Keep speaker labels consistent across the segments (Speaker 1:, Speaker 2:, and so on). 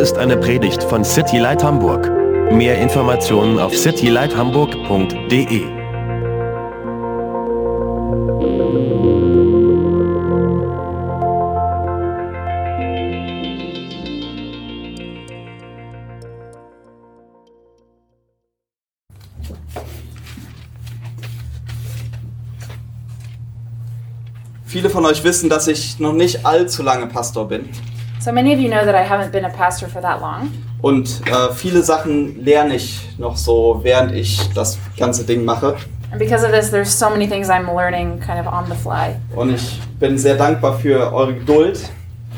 Speaker 1: ist eine Predigt von City Light Hamburg. Mehr Informationen auf citylighthamburg.de.
Speaker 2: Viele von euch wissen, dass ich noch nicht allzu lange Pastor bin
Speaker 3: So many of you know that I haven't been a pastor for that long,
Speaker 2: und äh, viele Sachen lerne ich noch so, während ich das ganze Ding mache.
Speaker 3: and because of this, there's so many things I'm learning kind of on the fly.
Speaker 2: Und ich bin sehr dankbar für eure Geduld.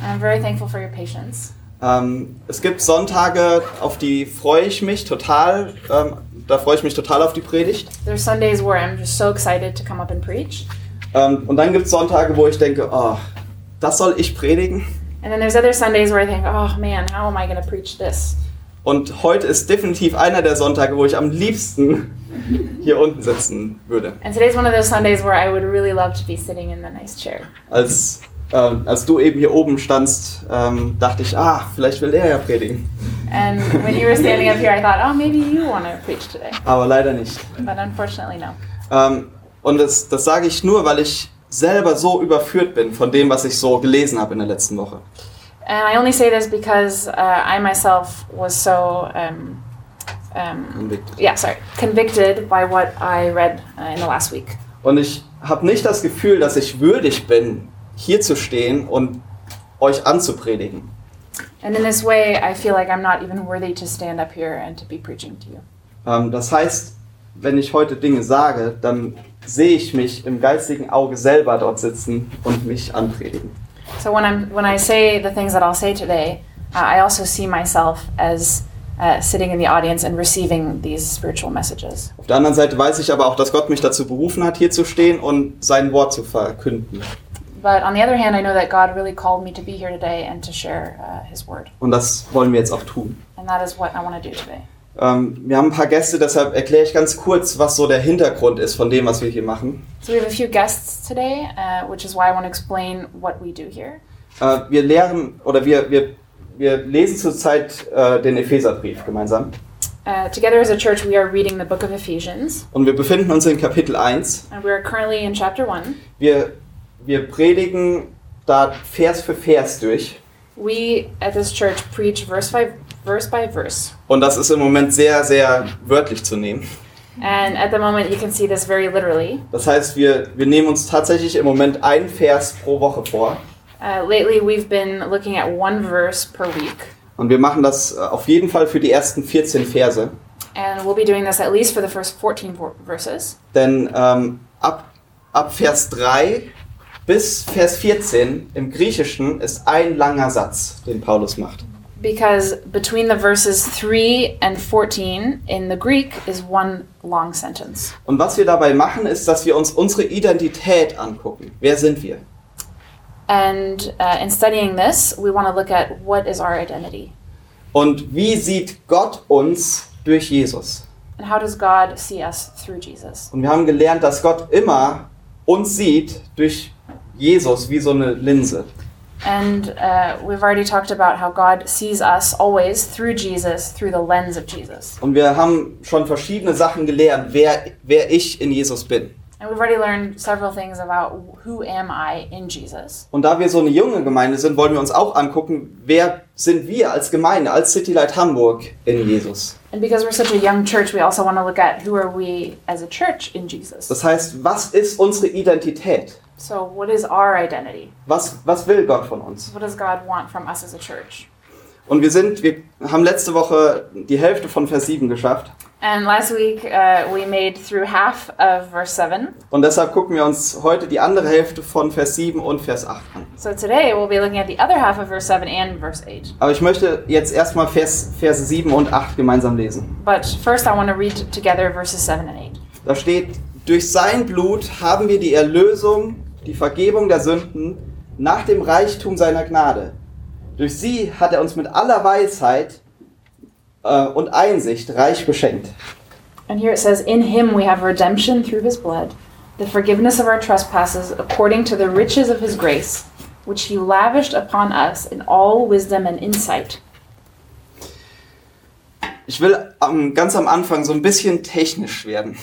Speaker 3: I'm very thankful for your patience.
Speaker 2: Ähm, es gibt Sonntage, auf die freue ich mich total. Ähm, da freue ich mich total auf die Predigt.
Speaker 3: There's some days where I'm just so excited to come up and preach,
Speaker 2: Ähm, und dann gibt es Sonntage, wo ich denke, oh, das soll ich predigen.
Speaker 3: and then there's other Sundays where I think, oh man, how am I going to preach this?
Speaker 2: Und heute ist definitiv einer der Sonntage, wo ich am liebsten hier unten sitzen würde.
Speaker 3: And today's one of those Sundays where I would really love to be sitting in the nice chair.
Speaker 2: Als, ähm, als du eben hier oben standst, ähm, dachte ich, ah, vielleicht will der ja predigen.
Speaker 3: And when you were standing up here, I thought, oh, maybe you want to preach today.
Speaker 2: Aber leider nicht.
Speaker 3: But unfortunately, no.
Speaker 2: Ähm, und das, das sage ich nur, weil ich selber so überführt bin von dem, was ich so gelesen habe in der letzten Woche.
Speaker 3: And I only say this because uh, I myself was so, um, um,
Speaker 2: Convicted.
Speaker 3: yeah, sorry, convicted by what I read uh, in the last week.
Speaker 2: Und ich habe nicht das Gefühl, dass ich würdig bin, hier zu stehen und euch anzupredigen.
Speaker 3: And in this way, I feel like I'm not even worthy to stand up here and to be preaching to you.
Speaker 2: Ähm, das heißt, wenn ich heute Dinge sage, dann sehe ich mich im geistigen Auge selber dort sitzen und mich anpredigen.
Speaker 3: So when I'm when I say the things that I'll say today, uh, I also see myself as uh, sitting in the audience and receiving these spiritual messages.
Speaker 2: Auf der anderen Seite weiß ich aber auch, dass Gott mich dazu berufen hat, hier zu stehen und sein Wort zu verkünden.
Speaker 3: But on the other hand, I know that God really called me to be here today and to share uh, His word,
Speaker 2: Und das wollen wir jetzt auch tun.
Speaker 3: and that is what I want to do today.
Speaker 2: Ähm, wir haben ein paar Gäste, deshalb erkläre ich ganz kurz, was so der Hintergrund ist von dem, was wir hier machen.
Speaker 3: So we have a few guests today, uh, which is why I want to explain what we do here.
Speaker 2: Äh, wir lehren oder wir, wir, wir lesen zurzeit äh, den Epheserbrief gemeinsam.
Speaker 3: Uh, together as a church, we are reading the book of Ephesians,
Speaker 2: Und wir befinden uns in Kapitel 1.
Speaker 3: and we are currently in chapter one.
Speaker 2: Wir, wir predigen da Vers für Vers durch.
Speaker 3: We at this church preach verse by verse by verse,
Speaker 2: Und das ist im Moment sehr, sehr wörtlich zu nehmen.
Speaker 3: and at the moment, you can see this very literally.
Speaker 2: Das heißt, wir, wir nehmen uns tatsächlich im Moment einen Vers pro Woche vor.
Speaker 3: Uh, lately, we've been looking at one verse per week,
Speaker 2: Und wir machen das äh, auf jeden Fall für die ersten 14 Verse.
Speaker 3: and we'll be doing this at least for the first 14 vor- verses.
Speaker 2: Denn ähm, ab, ab Vers 3 bis Vers 14 im Griechischen ist ein langer Satz, den Paulus macht.
Speaker 3: Because between the verses 3 and 14 in the Greek is one long sentence.
Speaker 2: Und was wir dabei machen, ist, dass wir uns unsere Identität angucken. Wer sind wir?
Speaker 3: And uh, in studying this, we want to look at what is our identity
Speaker 2: Und wie sieht Gott uns durch Jesus?
Speaker 3: and how does God see us through Jesus.
Speaker 2: Und wir haben gelernt, dass Gott immer uns sieht durch Jesus wie so eine Linse.
Speaker 3: And uh, we've already talked about how God sees us always through Jesus, through the lens of Jesus.
Speaker 2: Und wir haben schon verschiedene Sachen gelernt, wer, wer ich in Jesus bin.
Speaker 3: And we've already learned several things about who am I in Jesus.
Speaker 2: Und da wir so eine junge Gemeinde sind, wollen wir uns auch angucken, wer sind wir als Gemeinde, als City Light Hamburg in Jesus.
Speaker 3: And because we're such a young church, we also want to look at who are we as a church in Jesus.
Speaker 2: Das heißt, was ist unsere Identität?
Speaker 3: So, what is our identity?
Speaker 2: Was, was will Gott von uns?
Speaker 3: What does God want from us as a church?
Speaker 2: Und wir sind, wir haben letzte Woche die Hälfte von Vers 7 geschafft.
Speaker 3: And last week, uh, we made through half of verse 7.
Speaker 2: Und deshalb gucken wir uns heute die andere Hälfte von Vers 7 und Vers 8 an.
Speaker 3: So today we'll be looking at the other half of verse 7 and verse 8.
Speaker 2: Aber ich möchte jetzt erstmal Vers, Verse 7 und 8 gemeinsam lesen.
Speaker 3: But first I want to read together verses 7 and 8.
Speaker 2: Da steht, durch sein Blut haben wir die Erlösung, die Vergebung der Sünden nach dem Reichtum seiner Gnade. Durch sie hat er uns mit aller Weisheit äh, und Einsicht reich beschenkt.
Speaker 3: And here it says, In him we have redemption through his blood, the forgiveness of our trespasses according to the riches of his grace, which he lavished upon us in all wisdom and insight.
Speaker 2: Ich will am, ganz am Anfang so ein bisschen technisch werden.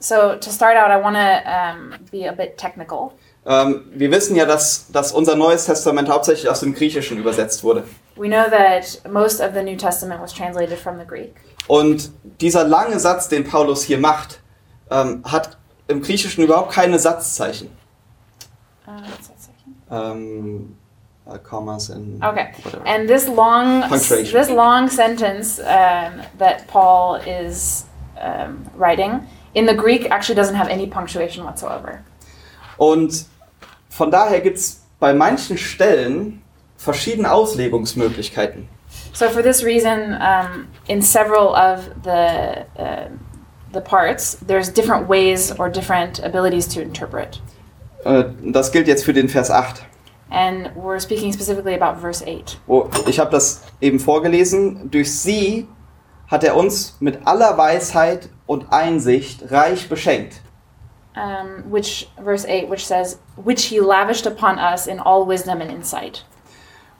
Speaker 3: So, to start out, I want to um, be a bit technical.
Speaker 2: Ähm, wir wissen ja, dass, dass unser Neues Testament hauptsächlich aus dem Griechischen übersetzt wurde.
Speaker 3: We know that most of the New Testament was translated from the Greek.
Speaker 2: Und dieser lange Satz, den Paulus hier macht, ähm, hat im Griechischen überhaupt keine Satzzeichen.
Speaker 3: Uh, what's that second?
Speaker 2: Ähm, äh, Commas in
Speaker 3: okay,
Speaker 2: whatever.
Speaker 3: and this long,
Speaker 2: Punctuation.
Speaker 3: this long sentence um, that Paul is um, writing in the Greek actually doesn't have any punctuation whatsoever.
Speaker 2: Und von daher gibt es bei manchen Stellen verschiedene Auslegungsmöglichkeiten.
Speaker 3: So for this reason, um, in several of the uh, the parts, there's different ways or different abilities to interpret.
Speaker 2: Äh, das gilt jetzt für den Vers 8.
Speaker 3: And we're speaking specifically about verse 8.
Speaker 2: Wo, Oh, ich habe das eben vorgelesen. Durch sie hat er uns mit aller Weisheit und Einsicht reich beschenkt.
Speaker 3: um, which verse 8 which says which he lavished upon us in all wisdom and insight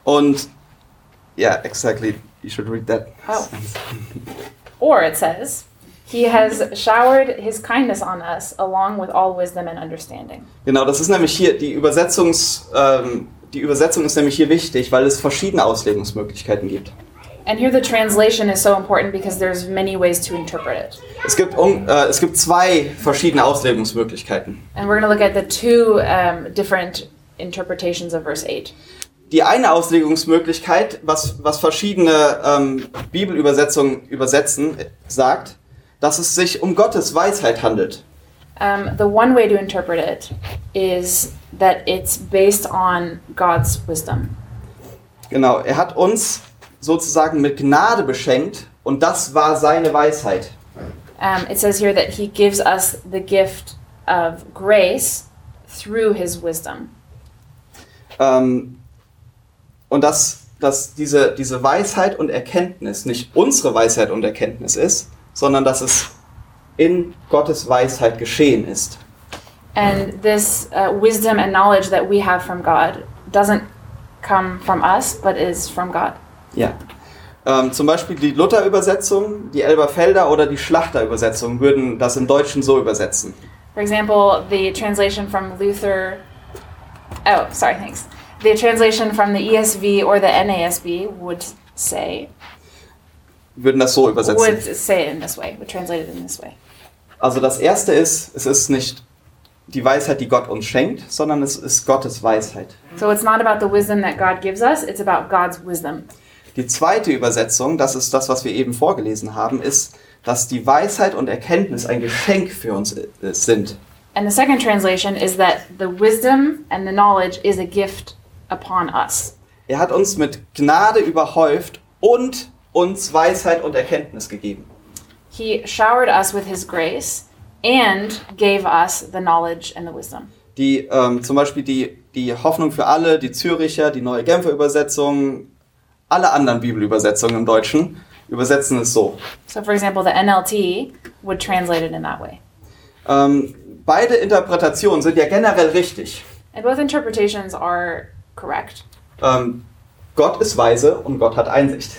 Speaker 2: Und ja, exactly. You should read that.
Speaker 3: Oh. or it says he has showered his kindness on us along with all wisdom and understanding
Speaker 2: Genau, das ist nämlich hier die Übersetzungs, ähm, die Übersetzung ist nämlich hier wichtig, weil es verschiedene Auslegungsmöglichkeiten gibt.
Speaker 3: and here the translation is so important because there's many ways to interpret it
Speaker 2: Es gibt, un, äh, es gibt zwei verschiedene Auslegungsmöglichkeiten.
Speaker 3: and we're going to look at the two um, different interpretations of verse 8
Speaker 2: Die eine Auslegungsmöglichkeit, was, was verschiedene ähm, Bibelübersetzungen übersetzen, äh, sagt, dass es sich um Gottes Weisheit handelt.
Speaker 3: um, the one way to interpret it is that it's based on god's wisdom
Speaker 2: Genau, er hat uns sozusagen mit Gnade beschenkt und das war seine Weisheit.
Speaker 3: Um, it says here that he gives us the gift of grace through his wisdom.
Speaker 2: Ähm, und dass, dass diese, diese Weisheit und Erkenntnis nicht unsere Weisheit und Erkenntnis ist, sondern dass es in Gottes Weisheit geschehen ist.
Speaker 3: And this uh, wisdom and knowledge that we have from God doesn't come from us, but is from God.
Speaker 2: Ja. Ähm, zum Beispiel die Luther-Übersetzung, die Elberfelder oder die Schlachter-Übersetzung würden das im Deutschen so übersetzen.
Speaker 3: For example, the translation from Luther. Oh, sorry, thanks. The translation from the ESV or the NASB would say
Speaker 2: Würden das so
Speaker 3: would
Speaker 2: übersetzen.
Speaker 3: say it in this way, would translate it in this way.
Speaker 2: Also das erste ist, es ist nicht die Weisheit, die Gott uns schenkt, sondern es ist Gottes Weisheit.
Speaker 3: So it's not about the wisdom that God gives us; it's about God's wisdom.
Speaker 2: Die zweite Übersetzung, das ist das, was wir eben vorgelesen haben, ist, dass die Weisheit und Erkenntnis ein Geschenk für uns i- sind.
Speaker 3: And the second translation is that the wisdom and the knowledge is a gift upon us.
Speaker 2: Er hat uns mit Gnade überhäuft und uns Weisheit und Erkenntnis gegeben.
Speaker 3: He showered us with his grace and gave us the knowledge and the wisdom.
Speaker 2: Die ähm, zum Beispiel die, die Hoffnung für alle, die Züricher, die neue Genfer Übersetzung, alle anderen Bibelübersetzungen im Deutschen übersetzen es so.
Speaker 3: So, for example, the NLT would translate it in that way.
Speaker 2: Ähm, beide Interpretationen sind ja generell richtig.
Speaker 3: And both interpretations are correct.
Speaker 2: Ähm, Gott ist weise und Gott hat Einsicht.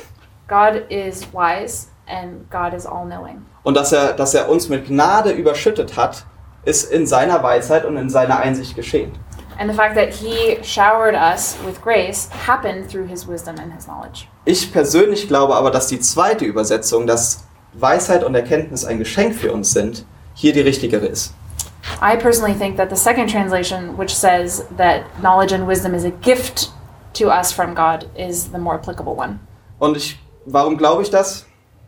Speaker 3: God is wise and God is all knowing.
Speaker 2: Und dass er, dass er uns mit Gnade überschüttet hat, ist in seiner Weisheit und in seiner Einsicht geschehen.
Speaker 3: And the fact that he showered us with grace happened through his wisdom and his knowledge.
Speaker 2: Ich persönlich glaube aber, dass die zweite Übersetzung, dass Weisheit und Erkenntnis ein Geschenk für uns sind, hier die richtigere ist.
Speaker 3: I personally think that the second translation, which says that knowledge and wisdom is a gift to us from God, is the more applicable one.
Speaker 2: Und ich, warum glaube ich das?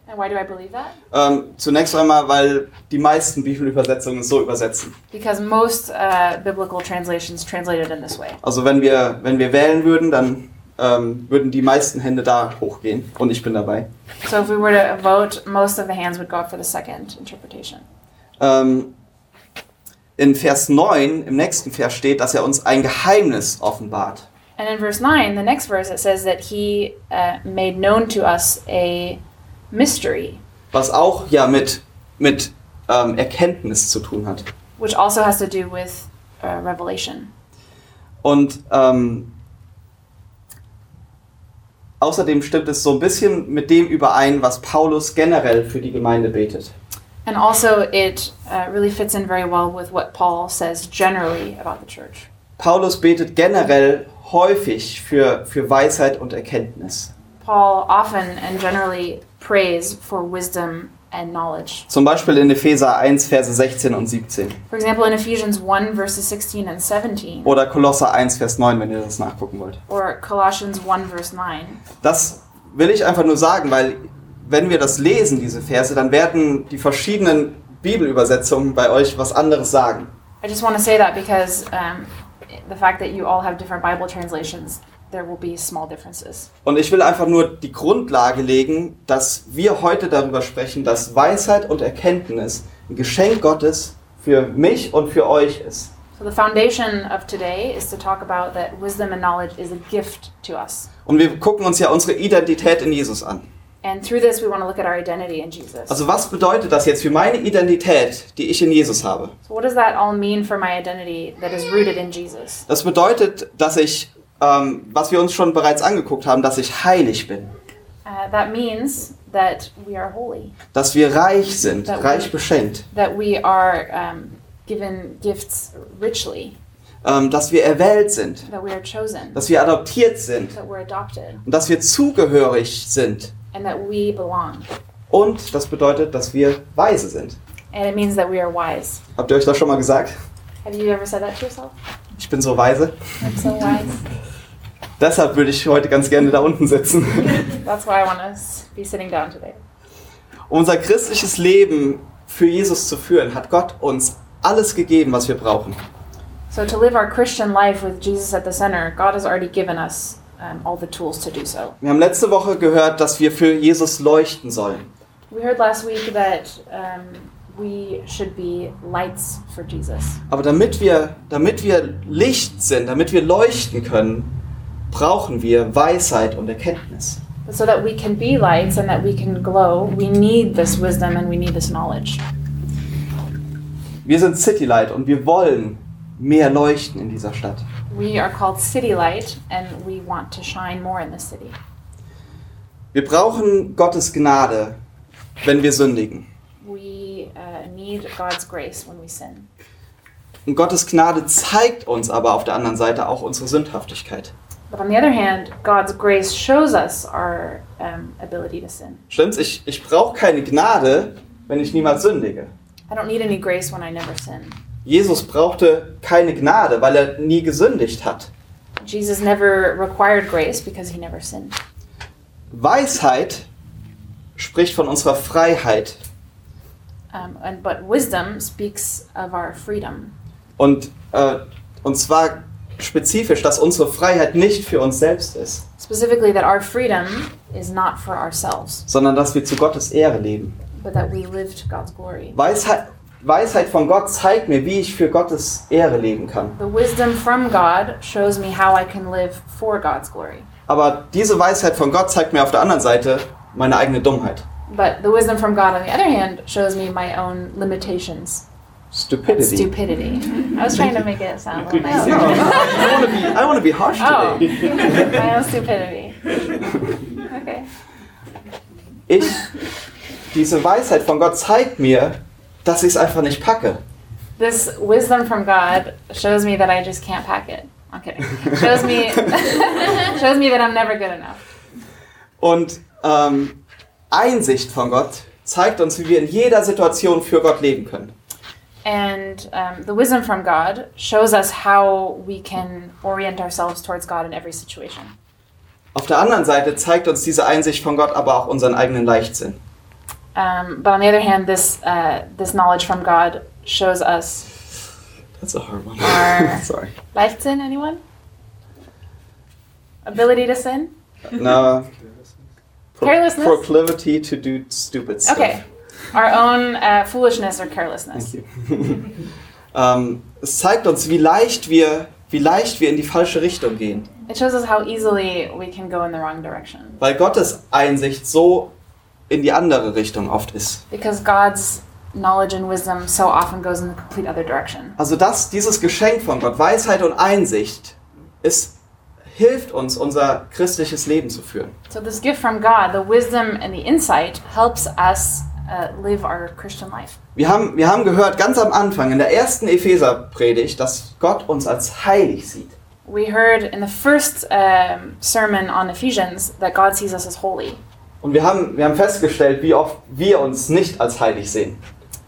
Speaker 3: And why do I believe that?
Speaker 2: Ähm, zunächst einmal, weil die meisten Bibelübersetzungen es so übersetzen.
Speaker 3: Because most uh, biblical translations translate it in this way.
Speaker 2: Also wenn wir, wenn wir wählen würden, dann ähm, würden die meisten Hände da hochgehen und ich bin dabei.
Speaker 3: So if we were to vote, most of the hands would go up for the second interpretation.
Speaker 2: Ähm, in Vers 9, im nächsten Vers steht, dass er uns ein Geheimnis offenbart.
Speaker 3: And in verse 9, the next verse, it says that he uh, made known to us a mystery,
Speaker 2: was auch ja mit, mit ähm, Erkenntnis zu tun hat.
Speaker 3: which also has to do with uh, revelation.
Speaker 2: Und ähm, Außerdem stimmt es so ein bisschen mit dem überein, was Paulus generell für die Gemeinde betet.
Speaker 3: And also, it uh, really fits in very well with what Paul says generally about the church.
Speaker 2: Paulus betet generell häufig für, für Weisheit und Erkenntnis.
Speaker 3: Paul often and generally prays for wisdom and knowledge.
Speaker 2: Zum Beispiel in Epheser 1, Verse 16 und 17.
Speaker 3: For example, in Ephesians 1, verses 16 and 17,
Speaker 2: Oder Kolosser 1, Vers 9, wenn ihr das nachgucken wollt.
Speaker 3: or Colossians 1, verse 9.
Speaker 2: Das will ich einfach nur sagen, weil wenn wir das lesen, diese Verse, dann werden die verschiedenen Bibelübersetzungen bei euch was anderes sagen.
Speaker 3: I just want to say that because um, the fact that you all have different Bible translations, there will be small differences.
Speaker 2: Und ich will einfach nur die Grundlage legen, dass wir heute darüber sprechen, dass Weisheit und Erkenntnis ein Geschenk Gottes für mich und für euch ist.
Speaker 3: So, the foundation of today is to talk about that wisdom and knowledge is a gift to us.
Speaker 2: Und wir gucken uns ja unsere Identität in Jesus an.
Speaker 3: And through this, we want to look at our identity in Jesus.
Speaker 2: Also was bedeutet das jetzt für meine Identität, die ich in Jesus habe?
Speaker 3: So, what does that all mean for my identity that is rooted in Jesus?
Speaker 2: Das bedeutet, dass ich, ähm, was wir uns schon bereits angeguckt haben, dass ich heilig bin,
Speaker 3: Uh, that means that we are holy.
Speaker 2: dass wir reich sind, reich beschenkt,
Speaker 3: that we are um, given gifts richly,
Speaker 2: ähm, dass wir erwählt sind,
Speaker 3: that we are chosen,
Speaker 2: dass wir adoptiert sind
Speaker 3: that we're adopted,
Speaker 2: und dass wir zugehörig sind.
Speaker 3: and that we belong.
Speaker 2: Und das bedeutet, dass wir weise sind.
Speaker 3: And it means that we are wise.
Speaker 2: Habt ihr euch das schon mal gesagt?
Speaker 3: Have you ever said that to yourself?
Speaker 2: Ich bin so weise.
Speaker 3: I'm so wise.
Speaker 2: Deshalb würde ich heute ganz gerne da unten sitzen.
Speaker 3: That's why I want to be sitting down today.
Speaker 2: Um unser christliches Leben für Jesus zu führen, hat Gott uns alles gegeben, was wir brauchen.
Speaker 3: So, to live our Christian life with Jesus at the center, God has already given us um, all the tools to do so.
Speaker 2: Wir haben letzte Woche gehört, dass wir für Jesus leuchten sollen.
Speaker 3: We heard last week that um, we should be lights for Jesus.
Speaker 2: Aber damit wir, damit wir Licht sind, damit wir leuchten können, brauchen wir Weisheit und Erkenntnis.
Speaker 3: But so that we can be lights and that we can glow, we need this wisdom and we need this knowledge.
Speaker 2: Wir sind Citylight und wir wollen mehr leuchten in dieser Stadt.
Speaker 3: We are called City Light, and we want to shine more in the city.
Speaker 2: Wir brauchen Gottes Gnade, wenn wir sündigen.
Speaker 3: We uh, need God's grace when we sin.
Speaker 2: Und Gottes Gnade zeigt uns aber auf der anderen Seite auch unsere Sündhaftigkeit.
Speaker 3: But on the other hand, God's grace shows us our um, ability to sin.
Speaker 2: Stimmt's? Ich, ich brauche keine Gnade, wenn ich niemals sündige.
Speaker 3: I don't need any grace when I never sin.
Speaker 2: Jesus brauchte keine Gnade, weil er nie gesündigt hat.
Speaker 3: Jesus never required grace because he never sinned.
Speaker 2: Weisheit spricht von unserer Freiheit.
Speaker 3: Um, and, but wisdom speaks of our freedom.
Speaker 2: Und, äh, und zwar spezifisch, dass unsere Freiheit nicht für uns selbst ist,
Speaker 3: Specifically, that our freedom is not for ourselves,
Speaker 2: sondern dass wir zu Gottes Ehre leben.
Speaker 3: but that we live to God's glory.
Speaker 2: Weisheit, Weisheit von Gott zeigt mir, wie ich für Gottes Ehre leben kann.
Speaker 3: The wisdom from God shows me how I can live for God's glory.
Speaker 2: Aber diese Weisheit von Gott zeigt mir auf der anderen Seite meine eigene Dummheit.
Speaker 3: But the wisdom from God, on the other hand, shows me my own limitations. and
Speaker 2: Stupidity.
Speaker 3: Stupidity. I was trying to make it sound a little
Speaker 2: No, no,
Speaker 3: nicer.
Speaker 2: I wanna be- I want to be harsh
Speaker 3: Oh,
Speaker 2: today.
Speaker 3: my own stupidity. Okay.
Speaker 2: Ich, diese Weisheit von Gott zeigt mir, dass ich es einfach nicht packe.
Speaker 3: This wisdom from God shows me that I just can't pack it. I'm kidding. Shows me, shows me that I'm never good enough.
Speaker 2: Und ähm, Einsicht von Gott zeigt uns, wie wir in jeder Situation für Gott leben können.
Speaker 3: And um, the wisdom from God shows us how we can orient ourselves towards God in every situation.
Speaker 2: Auf der anderen Seite zeigt uns diese Einsicht von Gott aber auch unseren eigenen Leichtsinn.
Speaker 3: Um, but on the other hand, this uh, this knowledge from God shows us
Speaker 2: That's a hard one.
Speaker 3: Arr.
Speaker 2: Sorry.
Speaker 3: life sin. Anyone? Ability to sin.
Speaker 2: No.
Speaker 3: Carelessness?
Speaker 2: Proclivity to do stupid stuff.
Speaker 3: Okay, our own uh, foolishness or
Speaker 2: Thank
Speaker 3: carelessness.
Speaker 2: you. ähm, es zeigt uns, wie leicht wir, wie leicht wir in die falsche Richtung gehen,
Speaker 3: It shows us how easily we can go in the wrong direction
Speaker 2: weil Gottes Einsicht so in die andere Richtung oft ist.
Speaker 3: because God's knowledge and wisdom so often goes in the complete other direction.
Speaker 2: Also das, dieses Geschenk von Gott, Weisheit und Einsicht, ist, hilft uns, unser christliches Leben zu führen.
Speaker 3: So, this gift from God, the wisdom and the insight, helps us uh, live our Christian life.
Speaker 2: Wir haben, wir haben gehört ganz am Anfang in der ersten Epheser-Predigt, dass Gott uns als heilig sieht.
Speaker 3: We heard in the first um, sermon on Ephesians that God sees us as holy,
Speaker 2: Und wir haben, wir haben festgestellt, wie oft wir uns nicht als heilig sehen.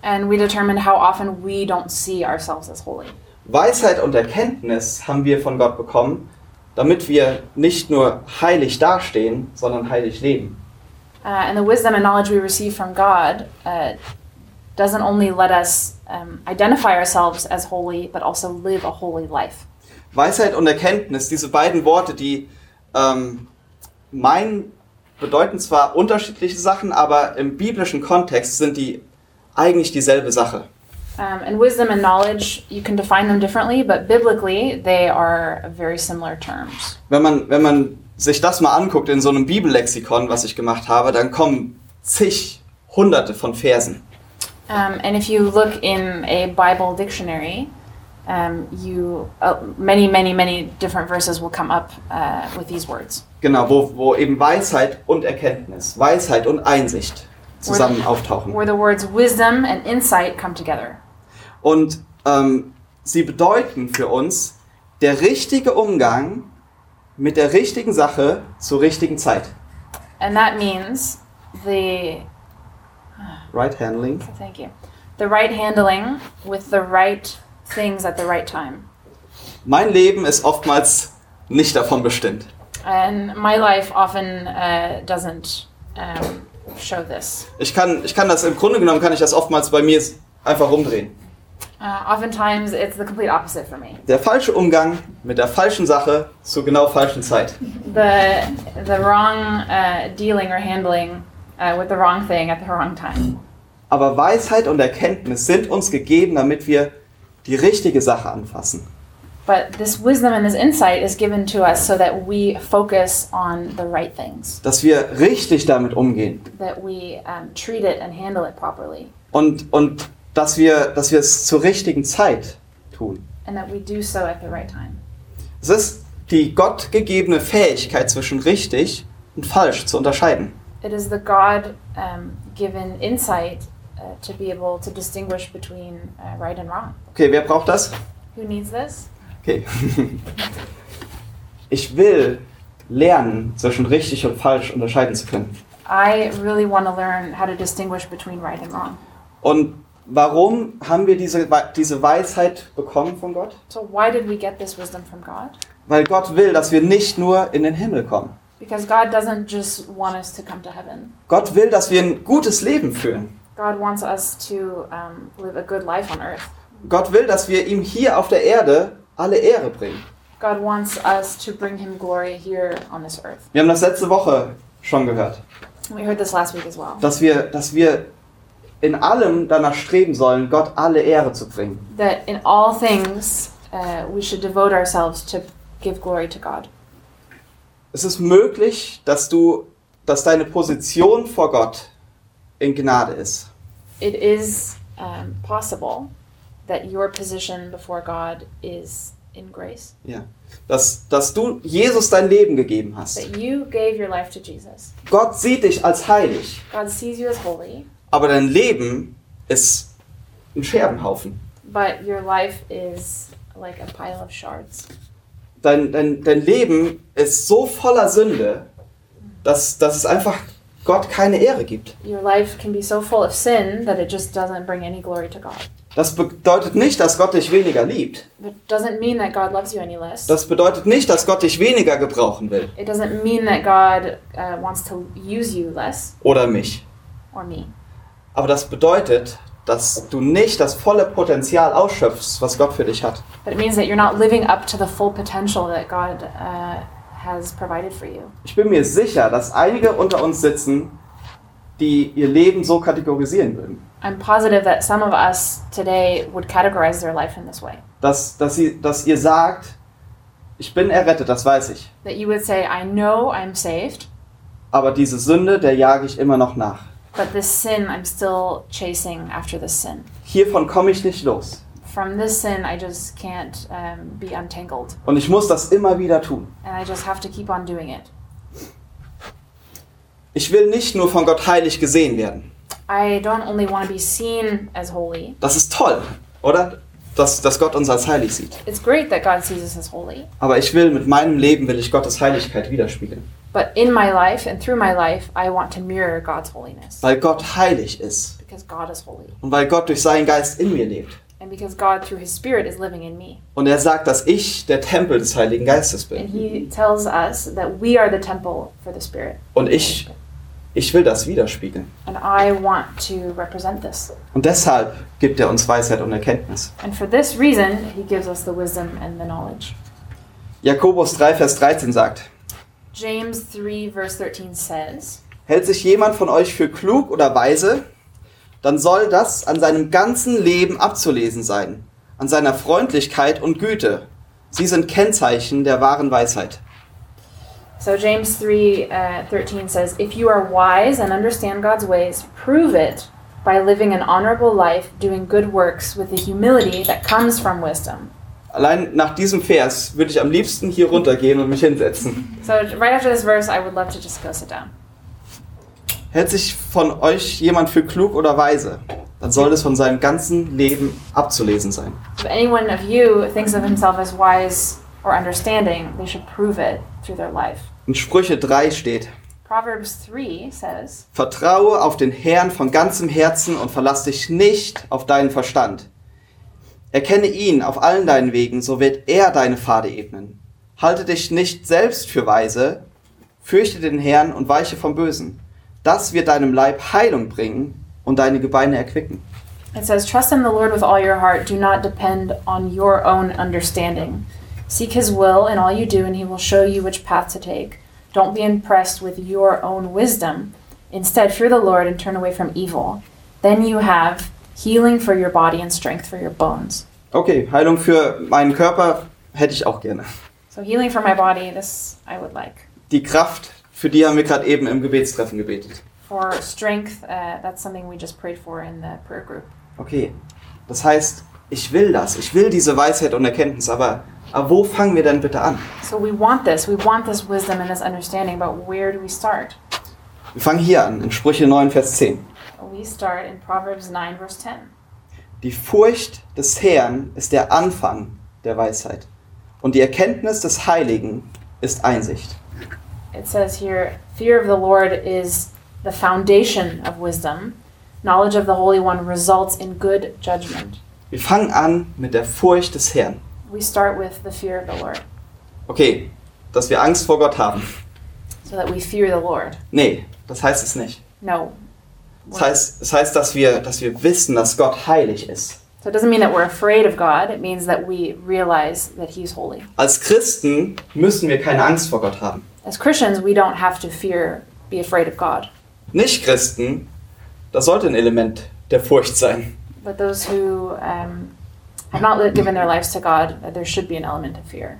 Speaker 3: and we determined how often we don't see ourselves as holy.
Speaker 2: Weisheit und Erkenntnis haben wir von Gott bekommen, damit wir nicht nur heilig dastehen, sondern heilig leben.
Speaker 3: Uh, and the wisdom and knowledge we receive from God uh, doesn't only let us um, identify ourselves as holy, but also live a holy life.
Speaker 2: Weisheit und Erkenntnis, diese beiden Worte, die ähm, meinen, bedeuten zwar unterschiedliche Sachen, aber im biblischen Kontext sind die eigentlich dieselbe Sache.
Speaker 3: Um, and wisdom and knowledge, you can define them differently, but biblically, they are very similar terms.
Speaker 2: Wenn man, wenn man sich das mal anguckt in so einem Bibellexikon, was ich gemacht habe, dann kommen zig, hunderte von Versen.
Speaker 3: Um, and if you look in a Bible dictionary, um, you uh, many, many, many different verses will come up uh, with these words.
Speaker 2: Genau, wo, wo eben Weisheit und Erkenntnis, Weisheit und Einsicht zusammen auftauchen.
Speaker 3: where the words wisdom and insight come together.
Speaker 2: Und ähm, sie bedeuten für uns der richtige Umgang mit der richtigen Sache zur richtigen Zeit.
Speaker 3: And that means the
Speaker 2: Right Handling.
Speaker 3: thank you. The right handling with the right things at the right time.
Speaker 2: Mein Leben ist oftmals nicht davon bestimmt.
Speaker 3: And my life often uh, doesn't um, show this.
Speaker 2: Ich kann, ich kann das im Grunde genommen kann ich das oftmals bei mir einfach rumdrehen.
Speaker 3: Uh, oftentimes, it's the complete opposite for me.
Speaker 2: Der falsche Umgang mit der falschen Sache zur genau falschen Zeit.
Speaker 3: The the wrong uh, dealing or handling uh, with the wrong thing at the wrong time.
Speaker 2: Aber Weisheit und Erkenntnis sind uns gegeben, damit wir die richtige Sache anfassen.
Speaker 3: But this wisdom and this insight is given to us so that we focus on the right things,
Speaker 2: Dass wir richtig damit umgehen.
Speaker 3: that we um, treat it and handle it properly,
Speaker 2: Und, und dass, wir, dass wir es zur richtigen Zeit tun.
Speaker 3: and that we do so at the right time.
Speaker 2: Es ist die gottgegebene Fähigkeit zwischen richtig und falsch zu unterscheiden.
Speaker 3: It is the God um, given insight uh, to be able to distinguish between uh, right and wrong.
Speaker 2: Okay, wer braucht das?
Speaker 3: Who needs this?
Speaker 2: Okay. Ich will lernen, zwischen richtig und falsch unterscheiden zu können.
Speaker 3: I really want to learn how to distinguish between right and wrong.
Speaker 2: Und warum haben wir diese, We- diese Weisheit bekommen von Gott?
Speaker 3: So, why did we get this wisdom from God?
Speaker 2: Weil Gott will, dass wir nicht nur in den Himmel kommen.
Speaker 3: Because God doesn't just want us to come to heaven.
Speaker 2: Gott will, dass wir ein gutes Leben führen.
Speaker 3: God wants us to um, live a good life on earth.
Speaker 2: Gott will, dass wir ihm hier auf der Erde alle Ehre bringen.
Speaker 3: God wants us to bring Him glory here on this earth.
Speaker 2: Wir haben das letzte Woche schon gehört,
Speaker 3: We heard this last week as well.
Speaker 2: dass wir, dass wir in allem danach streben sollen, Gott alle Ehre zu bringen.
Speaker 3: That in all things, uh, we should devote ourselves to give glory to God.
Speaker 2: Es ist möglich, dass du, dass deine Position vor Gott in Gnade ist.
Speaker 3: It is um, possible that your position before God is in grace,
Speaker 2: Ja. Dass, dass du Jesus dein Leben gegeben hast.
Speaker 3: that you gave your life to Jesus.
Speaker 2: Gott sieht dich als heilig,
Speaker 3: God sees you as holy,
Speaker 2: aber dein Leben ist ein Scherbenhaufen.
Speaker 3: but your life is like a pile of shards.
Speaker 2: Dein, dein, dein Leben ist so voller Sünde, dass, dass es einfach Gott keine Ehre gibt.
Speaker 3: Your life can be so full of sin that it just doesn't bring any glory to God.
Speaker 2: Das bedeutet nicht, dass Gott dich weniger liebt.
Speaker 3: It doesn't mean that God loves you any less.
Speaker 2: Das bedeutet nicht, dass Gott dich weniger gebrauchen will.
Speaker 3: it doesn't mean that God uh, wants to use you less
Speaker 2: Oder mich.
Speaker 3: or me.
Speaker 2: Aber das bedeutet, dass du nicht das volle Potenzial ausschöpfst, was Gott für dich hat.
Speaker 3: But it means that you're not living up to the full potential that God uh, has provided for you.
Speaker 2: Ich bin mir sicher, dass einige unter uns sitzen, die ihr Leben so kategorisieren würden.
Speaker 3: I'm positive that some of us today would categorize their life in this way.
Speaker 2: Dass, dass, sie, dass ihr sagt, ich bin errettet, das weiß ich.
Speaker 3: That you would say, I know I'm saved,
Speaker 2: Aber diese Sünde, der jage ich immer noch nach.
Speaker 3: but this sin, I'm still chasing after this sin.
Speaker 2: Hiervon komme ich nicht los.
Speaker 3: from this sin, I just can't um, be untangled.
Speaker 2: Und ich muss das immer wieder tun.
Speaker 3: And I just have to keep on doing it.
Speaker 2: Ich will nicht nur von Gott heilig gesehen werden.
Speaker 3: I don't only want to be seen as holy,
Speaker 2: Das ist toll, oder? Dass, dass Gott uns als heilig sieht.
Speaker 3: it's great that God sees us as holy,
Speaker 2: Aber ich will mit meinem Leben, will ich Gottes Heiligkeit widerspiegeln.
Speaker 3: but in my life and through my life, I want to mirror God's holiness
Speaker 2: Weil Gott heilig ist.
Speaker 3: because God is holy
Speaker 2: Und weil Gott durch seinen Geist in mir lebt.
Speaker 3: and because God, through His Spirit, is living in me.
Speaker 2: Und er sagt, dass ich der Tempel des Heiligen Geistes bin.
Speaker 3: And He tells us that we are the temple for the Spirit,
Speaker 2: Und ich, ich will das widerspiegeln.
Speaker 3: and I want to represent this.
Speaker 2: Und deshalb gibt er uns Weisheit und Erkenntnis.
Speaker 3: And for this reason, He gives us the wisdom and the knowledge.
Speaker 2: Jakobus 3, Vers 13 sagt,
Speaker 3: James 3, verse 13 says,
Speaker 2: Hält sich jemand von euch für klug oder weise, dann soll das an seinem ganzen Leben abzulesen sein, an seiner Freundlichkeit und Güte. Sie sind Kennzeichen der wahren Weisheit.
Speaker 3: So James 3 uh, 13 says, If you are wise and understand God's ways, prove it by living an honorable life, doing good works with the humility that comes from wisdom.
Speaker 2: Allein nach diesem Vers würde ich am liebsten hier runtergehen und mich hinsetzen.
Speaker 3: So right after this verse, I would love to just go sit down.
Speaker 2: Hält sich von euch jemand für klug oder weise, dann soll es von seinem ganzen Leben abzulesen sein.
Speaker 3: If anyone of you thinks of himself as wise or understanding, they should prove it through their life.
Speaker 2: In Sprüche 3 steht,
Speaker 3: Proverbs 3 says,
Speaker 2: Vertraue auf den Herrn von ganzem Herzen und verlass dich nicht auf deinen Verstand. Erkenne ihn auf allen deinen Wegen, so wird er deine Pfade ebnen. Halte dich nicht selbst für weise, fürchte den Herrn und weiche vom Bösen. Das wird deinem Leib Heilung bringen und deine Gebeine erquicken.
Speaker 3: It says, Trust in the Lord with all your heart. Do not depend on your own understanding. Seek his will in all you do, and he will show you which path to take. Don't be impressed with your own wisdom. Instead, fear the Lord and turn away from evil. Then you have healing for your body and strength for your bones.
Speaker 2: Okay, Heilung für meinen Körper hätte ich auch gerne.
Speaker 3: So, healing for my body, this I would like.
Speaker 2: Die Kraft, für die haben wir gerade eben im Gebetstreffen gebetet.
Speaker 3: For strength, uh, that's something we just prayed for in the prayer group.
Speaker 2: Okay, das heißt, ich will das, ich will diese Weisheit und Erkenntnis, aber, aber wo fangen wir denn bitte an?
Speaker 3: So, we want this. We want this wisdom and this understanding, but where do we start?
Speaker 2: Wir fangen hier an, in Sprüche 9, Vers 10.
Speaker 3: We start in Proverbs 9, verse 10.
Speaker 2: Die Furcht des Herrn ist der Anfang der Weisheit und die Erkenntnis des Heiligen ist Einsicht.
Speaker 3: It says here, fear of the Lord is the foundation of wisdom. Knowledge of the Holy One results in good judgment.
Speaker 2: Wir fangen an mit der Furcht des Herrn.
Speaker 3: We start with the fear of the Lord,
Speaker 2: Okay, dass wir Angst vor Gott haben.
Speaker 3: so that we fear the Lord.
Speaker 2: Nee, das heißt es nicht.
Speaker 3: No.
Speaker 2: Das heißt, das heißt dass, wir, dass wir wissen, dass Gott heilig ist.
Speaker 3: So it doesn't mean that we're afraid of God, it means that we realize that He's holy.
Speaker 2: Als Christen müssen wir keine Angst vor Gott haben.
Speaker 3: As Christians, we don't have to fear, be afraid of God.
Speaker 2: Nicht-Christen, das sollte ein Element der Furcht sein.
Speaker 3: But those who um, have not li- given their lives to God, uh, there should be an element of fear.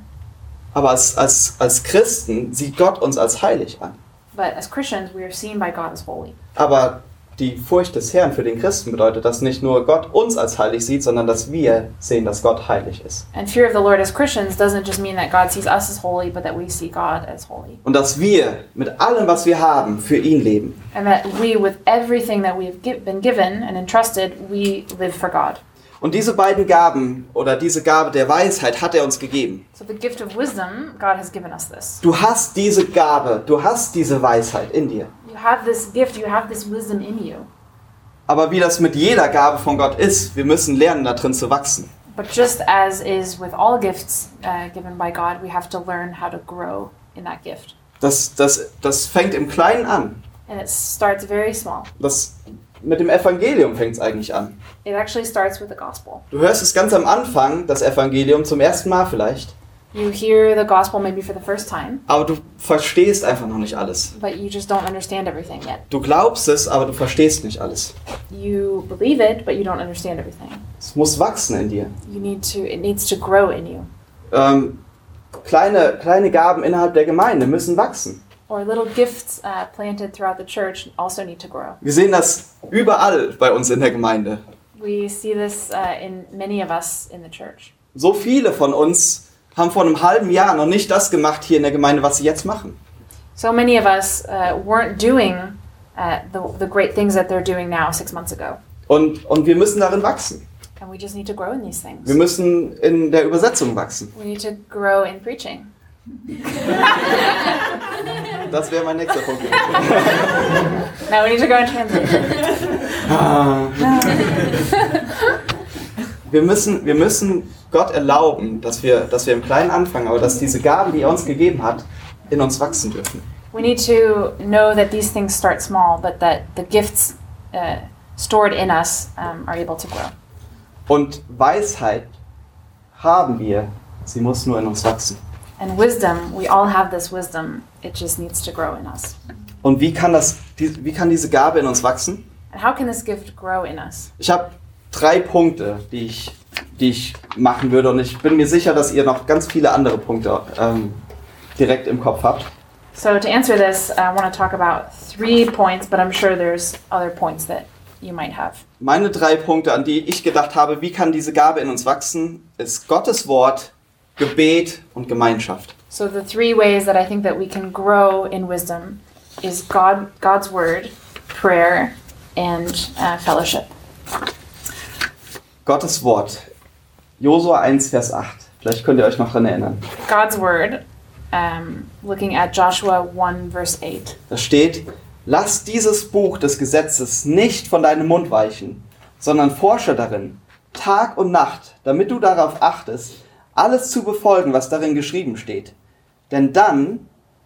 Speaker 2: Aber als, als, als Christen sieht Gott uns als heilig an.
Speaker 3: But as Christians, we are seen by God as holy.
Speaker 2: Aber die Furcht des Herrn für den Christen bedeutet, dass nicht nur Gott uns als heilig sieht, sondern dass wir sehen, dass Gott heilig ist.
Speaker 3: And fear of the Lord as Christians doesn't just mean that God sees us as holy, but that we see God as holy.
Speaker 2: Und dass wir mit allem, was wir haben, für ihn leben.
Speaker 3: And that we, with everything that we've gi- been given and entrusted, we live for God.
Speaker 2: Und diese beiden Gaben oder diese Gabe der Weisheit hat er uns gegeben.
Speaker 3: So the gift of wisdom, God has given us this.
Speaker 2: Du hast diese Gabe, du hast diese Weisheit in dir.
Speaker 3: You have this gift, you have this wisdom in you.
Speaker 2: Aber wie das mit jeder Gabe von Gott ist, wir müssen lernen, da drin zu wachsen.
Speaker 3: But just as is with all gifts uh, given by God, we have to learn how to grow in that gift.
Speaker 2: Das, das, das fängt im Kleinen an.
Speaker 3: And it starts very small.
Speaker 2: Das, mit dem Evangelium fängt es eigentlich an.
Speaker 3: It actually starts with the gospel.
Speaker 2: Du hörst es ganz am Anfang, das Evangelium, zum ersten Mal vielleicht.
Speaker 3: You hear the gospel maybe for the first time,
Speaker 2: aber du verstehst einfach noch nicht alles.
Speaker 3: but you just don't understand everything yet.
Speaker 2: Du glaubst es, aber du verstehst nicht alles.
Speaker 3: you believe it but you don't understand everything
Speaker 2: Es muss wachsen in dir.
Speaker 3: you need to it needs to grow in you
Speaker 2: Ähm, kleine, kleine Gaben innerhalb der Gemeinde müssen wachsen.
Speaker 3: or little gifts uh, planted throughout the church also need to grow
Speaker 2: Wir sehen das überall bei uns in der Gemeinde.
Speaker 3: We see this uh, in many of us in the church.
Speaker 2: So viele von uns haben vor einem halben Jahr noch nicht das gemacht hier in der Gemeinde, was sie jetzt machen.
Speaker 3: So many of us uh, weren't doing uh, the, the great things that they're doing now six months ago.
Speaker 2: Und, und wir müssen darin wachsen.
Speaker 3: And we just need to grow in these
Speaker 2: Wir
Speaker 3: things.
Speaker 2: müssen in der Übersetzung wachsen.
Speaker 3: We need to grow in preaching.
Speaker 2: Das wäre mein nächster Punkt.
Speaker 3: No, we need to grow in translation.
Speaker 2: Ah. Wir müssen, wir müssen Gott erlauben, dass wir, dass wir im Kleinen anfangen, aber dass diese Gaben, die er uns gegeben hat, in uns wachsen dürfen.
Speaker 3: We need to know that these things start small, but that the gifts uh, stored in us um, are able to grow.
Speaker 2: Und Weisheit haben wir, sie muss nur in uns wachsen.
Speaker 3: And wisdom, we all have this wisdom, it just needs to grow in us.
Speaker 2: Und wie kann, das, die- wie kann diese Gabe in uns wachsen?
Speaker 3: And how can this gift grow in us?
Speaker 2: Ich habe drei Punkte, die ich, die ich machen würde und ich bin mir sicher, dass ihr noch ganz viele andere Punkte ähm, direkt im Kopf habt.
Speaker 3: So, to answer this, I want to talk about three points, but I'm sure there's other points that you might have.
Speaker 2: Meine drei Punkte, an die ich gedacht habe, wie kann diese Gabe in uns wachsen, ist Gottes Wort, Gebet und Gemeinschaft.
Speaker 3: So, the three ways that I think that we can grow in wisdom is God, God's word, prayer, and uh, fellowship.
Speaker 2: Gottes Wort. Josua 1, Vers 8. Vielleicht könnt ihr euch noch daran erinnern.
Speaker 3: God's word, um, looking at Joshua 1, verse 8.
Speaker 2: Da steht, lass dieses Buch des Gesetzes nicht von deinem Mund weichen, sondern forsche darin, Tag und Nacht, damit du darauf achtest, alles zu befolgen, was darin geschrieben steht. Denn dann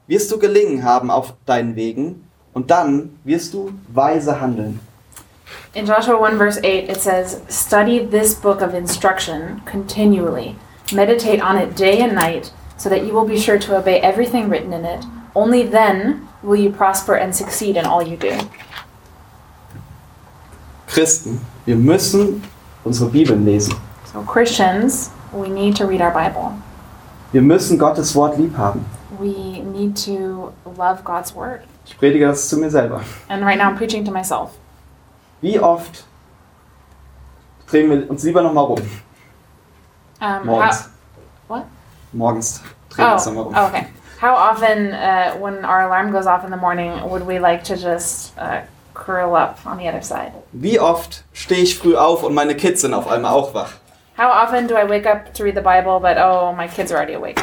Speaker 2: wirst du gelingen haben auf deinen Wegen und dann wirst du weise handeln.
Speaker 3: In Joshua 1, verse 8, it says, Study this book of instruction continually. Meditate on it day and night, so that you will be sure to obey everything written in it. Only then will you prosper and succeed in all you do.
Speaker 2: Christen, wir müssen unsere Bibeln lesen.
Speaker 3: So, Christians, we need to read our Bible.
Speaker 2: Wir müssen Gottes Wort lieb haben.
Speaker 3: We need to love God's Word.
Speaker 2: Ich predige das zu mir selber.
Speaker 3: And right now, I'm preaching to myself.
Speaker 2: Wie oft drehen wir uns lieber nochmal rum?
Speaker 3: Um,
Speaker 2: Morgens.
Speaker 3: what?
Speaker 2: Morgens drehen wir uns nochmal
Speaker 3: how,
Speaker 2: rum.
Speaker 3: oh, okay. How often, uh, when our alarm goes off in the morning, would we like to just uh, curl up on the other side?
Speaker 2: Wie oft stehe ich früh auf und meine Kids sind auf einmal auch wach?
Speaker 3: How often do I wake up to read the Bible, but oh, my kids are already awake?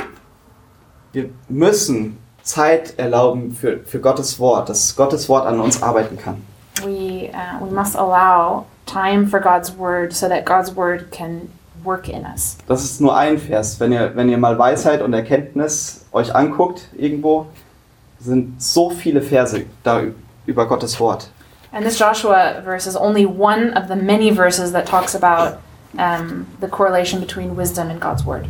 Speaker 2: Wir müssen Zeit erlauben für, für Gottes Wort, dass Gottes Wort an uns arbeiten kann.
Speaker 3: We, uh, we must allow time for God's Word so that God's Word can work in us.
Speaker 2: Das ist nur ein Vers. Wenn ihr, wenn ihr mal Weisheit und Erkenntnis euch anguckt irgendwo, sind so viele Verse da ü- über Gottes Wort.
Speaker 3: And this Joshua verse is only one of the many verses that talks about um, the correlation between wisdom and God's Word.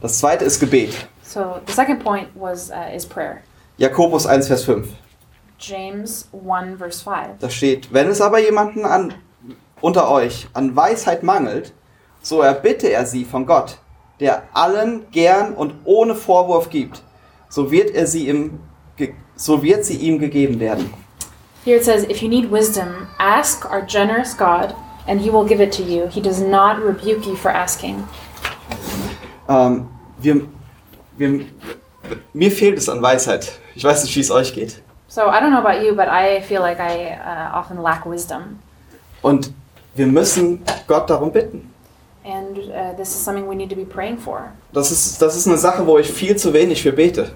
Speaker 2: Das zweite ist Gebet.
Speaker 3: So the second point was uh, is prayer.
Speaker 2: Jakobus 1, Vers 5.
Speaker 3: James 1, verse 5.
Speaker 2: Da steht, wenn es aber jemanden an, unter euch an Weisheit mangelt, so erbitte er sie von Gott, der allen gern und ohne Vorwurf gibt, so wird, er sie, ihm, ge- so wird sie ihm gegeben werden.
Speaker 3: Here it says, If you need wisdom, ask our generous God, and he will give it to you. He does not rebuke you for asking.
Speaker 2: Ähm, wir, wir, mir fehlt es an Weisheit. Ich weiß nicht, wie es euch geht.
Speaker 3: So I don't know about you, but I feel like I uh, often lack wisdom,
Speaker 2: Und wir müssen Gott darum bitten.
Speaker 3: and uh, this is something we need to be praying for.
Speaker 2: Das ist, das ist eine Sache, wo ich viel zu wenig für bete.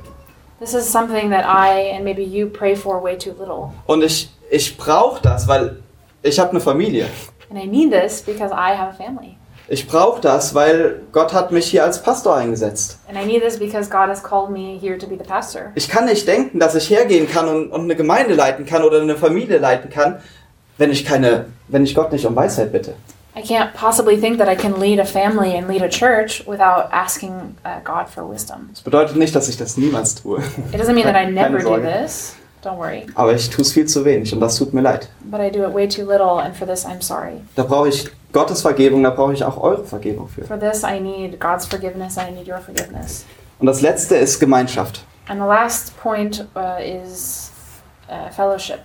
Speaker 3: This is something that I and maybe you pray for way too little,
Speaker 2: Und ich, ich brauche das, weil ich habe eine Familie.
Speaker 3: and I need this because I have a family,
Speaker 2: Ich brauche das, weil Gott hat mich hier als Pastor eingesetzt.
Speaker 3: and I need this because God has called me here to be the pastor.
Speaker 2: Ich kann nicht denken, dass ich hergehen kann und, und eine Gemeinde leiten kann oder eine Familie leiten kann, wenn ich keine, wenn ich Gott nicht um Weisheit bitte.
Speaker 3: I can't possibly think that I can lead a family and lead a church without asking uh, God for wisdom.
Speaker 2: Das bedeutet nicht, dass ich das niemals tue,
Speaker 3: It doesn't mean that I
Speaker 2: Keine
Speaker 3: never do
Speaker 2: Sorge.
Speaker 3: this. Don't worry.
Speaker 2: aber ich tue es viel zu wenig und das tut mir leid.
Speaker 3: But I do it way too little, and for this, I'm sorry.
Speaker 2: Da brauche ich Gottes Vergebung, da brauche ich auch eure Vergebung für.
Speaker 3: For this, I need God's forgiveness, and I need your forgiveness.
Speaker 2: Und das Letzte ist Gemeinschaft.
Speaker 3: And the last point uh, is uh, fellowship.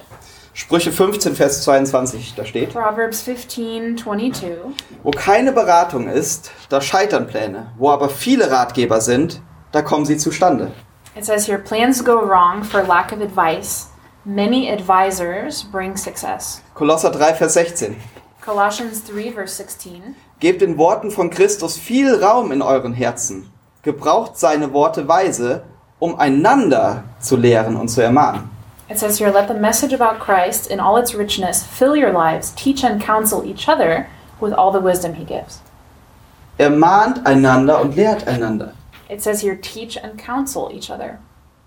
Speaker 2: Sprüche 15, Vers 22, da steht.
Speaker 3: Proverbs 15:22.
Speaker 2: Wo keine Beratung ist, da scheitern Pläne. Wo aber viele Ratgeber sind, da kommen sie zustande.
Speaker 3: It says here plans go wrong for lack of advice. Many advisors bring success.
Speaker 2: Kolosser 3, Vers 16.
Speaker 3: Colossians 3 verse 16.
Speaker 2: Gebt den Worten von Christus viel Raum in euren Herzen. Gebraucht seine Worte weise, um einander zu lehren und zu ermahnen.
Speaker 3: It says here, let the message about Christ in all its richness fill your lives, teach and counsel each other with all the wisdom he gives.
Speaker 2: Ermahnt einander und lehrt einander.
Speaker 3: It says here, teach and counsel each other.